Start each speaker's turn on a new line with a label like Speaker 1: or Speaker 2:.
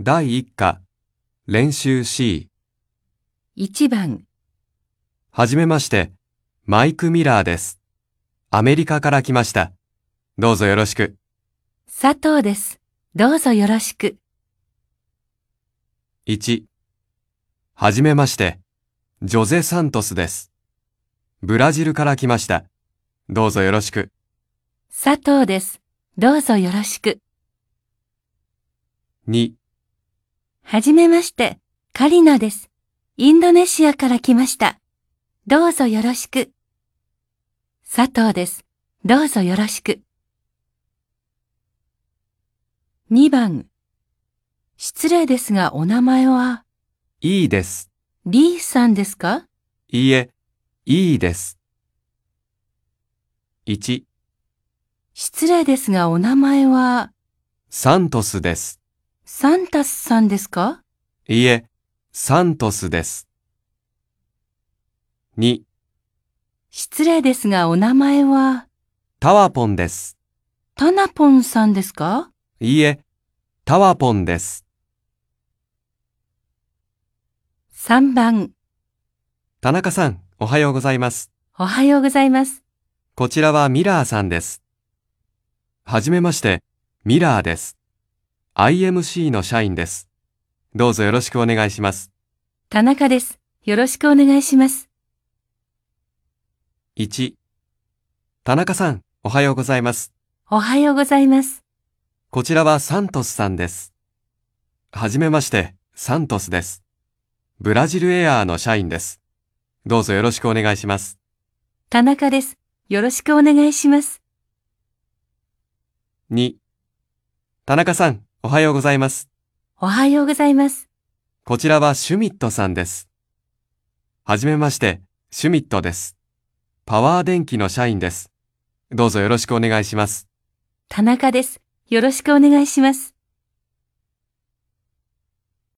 Speaker 1: 第1課、練習 C。
Speaker 2: 1番、
Speaker 1: はじめまして、マイク・ミラーです。アメリカから来ました。どうぞよろしく。
Speaker 2: 佐藤です。どうぞよろしく。
Speaker 1: 1。はじめまして、ジョゼ・サントスです。ブラジルから来ました。どうぞよろしく。
Speaker 2: 佐藤です。どうぞよろしく。
Speaker 1: 2。
Speaker 2: はじめまして、カリナです。インドネシアから来ました。どうぞよろしく。佐藤です。どうぞよろしく。2番、失礼ですがお名前はい
Speaker 1: いです。
Speaker 2: リーさんですか
Speaker 1: いいえ、いいです。1。
Speaker 2: 失礼ですがお名前は
Speaker 1: サントスです。
Speaker 2: サンタスさんですか
Speaker 1: いいえ、サントスです。2。
Speaker 2: 失礼ですがお名前は
Speaker 1: タワポンです。
Speaker 2: タナポンさんですか
Speaker 1: いいえ、タワポンです。
Speaker 2: ?3 番、
Speaker 1: 田中さん、おはようございます。
Speaker 2: おはようございます。
Speaker 1: こちらはミラーさんです。はじめまして、ミラーです。IMC の社員です。どうぞよろしくお願いします。
Speaker 2: 田中です。よろしくお願いします。
Speaker 1: 1。田中さん、おはようございます。
Speaker 2: おはようございます。
Speaker 1: こちらはサントスさんです。はじめまして、サントスです。ブラジルエアーの社員です。どうぞよろしくお願いします。
Speaker 2: 田中です。よろしくお願いします。
Speaker 1: 2。田中さん、おはようございます。
Speaker 2: おはようございます。
Speaker 1: こちらはシュミットさんです。はじめまして、シュミットです。パワー電機の社員です。どうぞよろしくお願いします。
Speaker 2: 田中です。よろしくお願いします。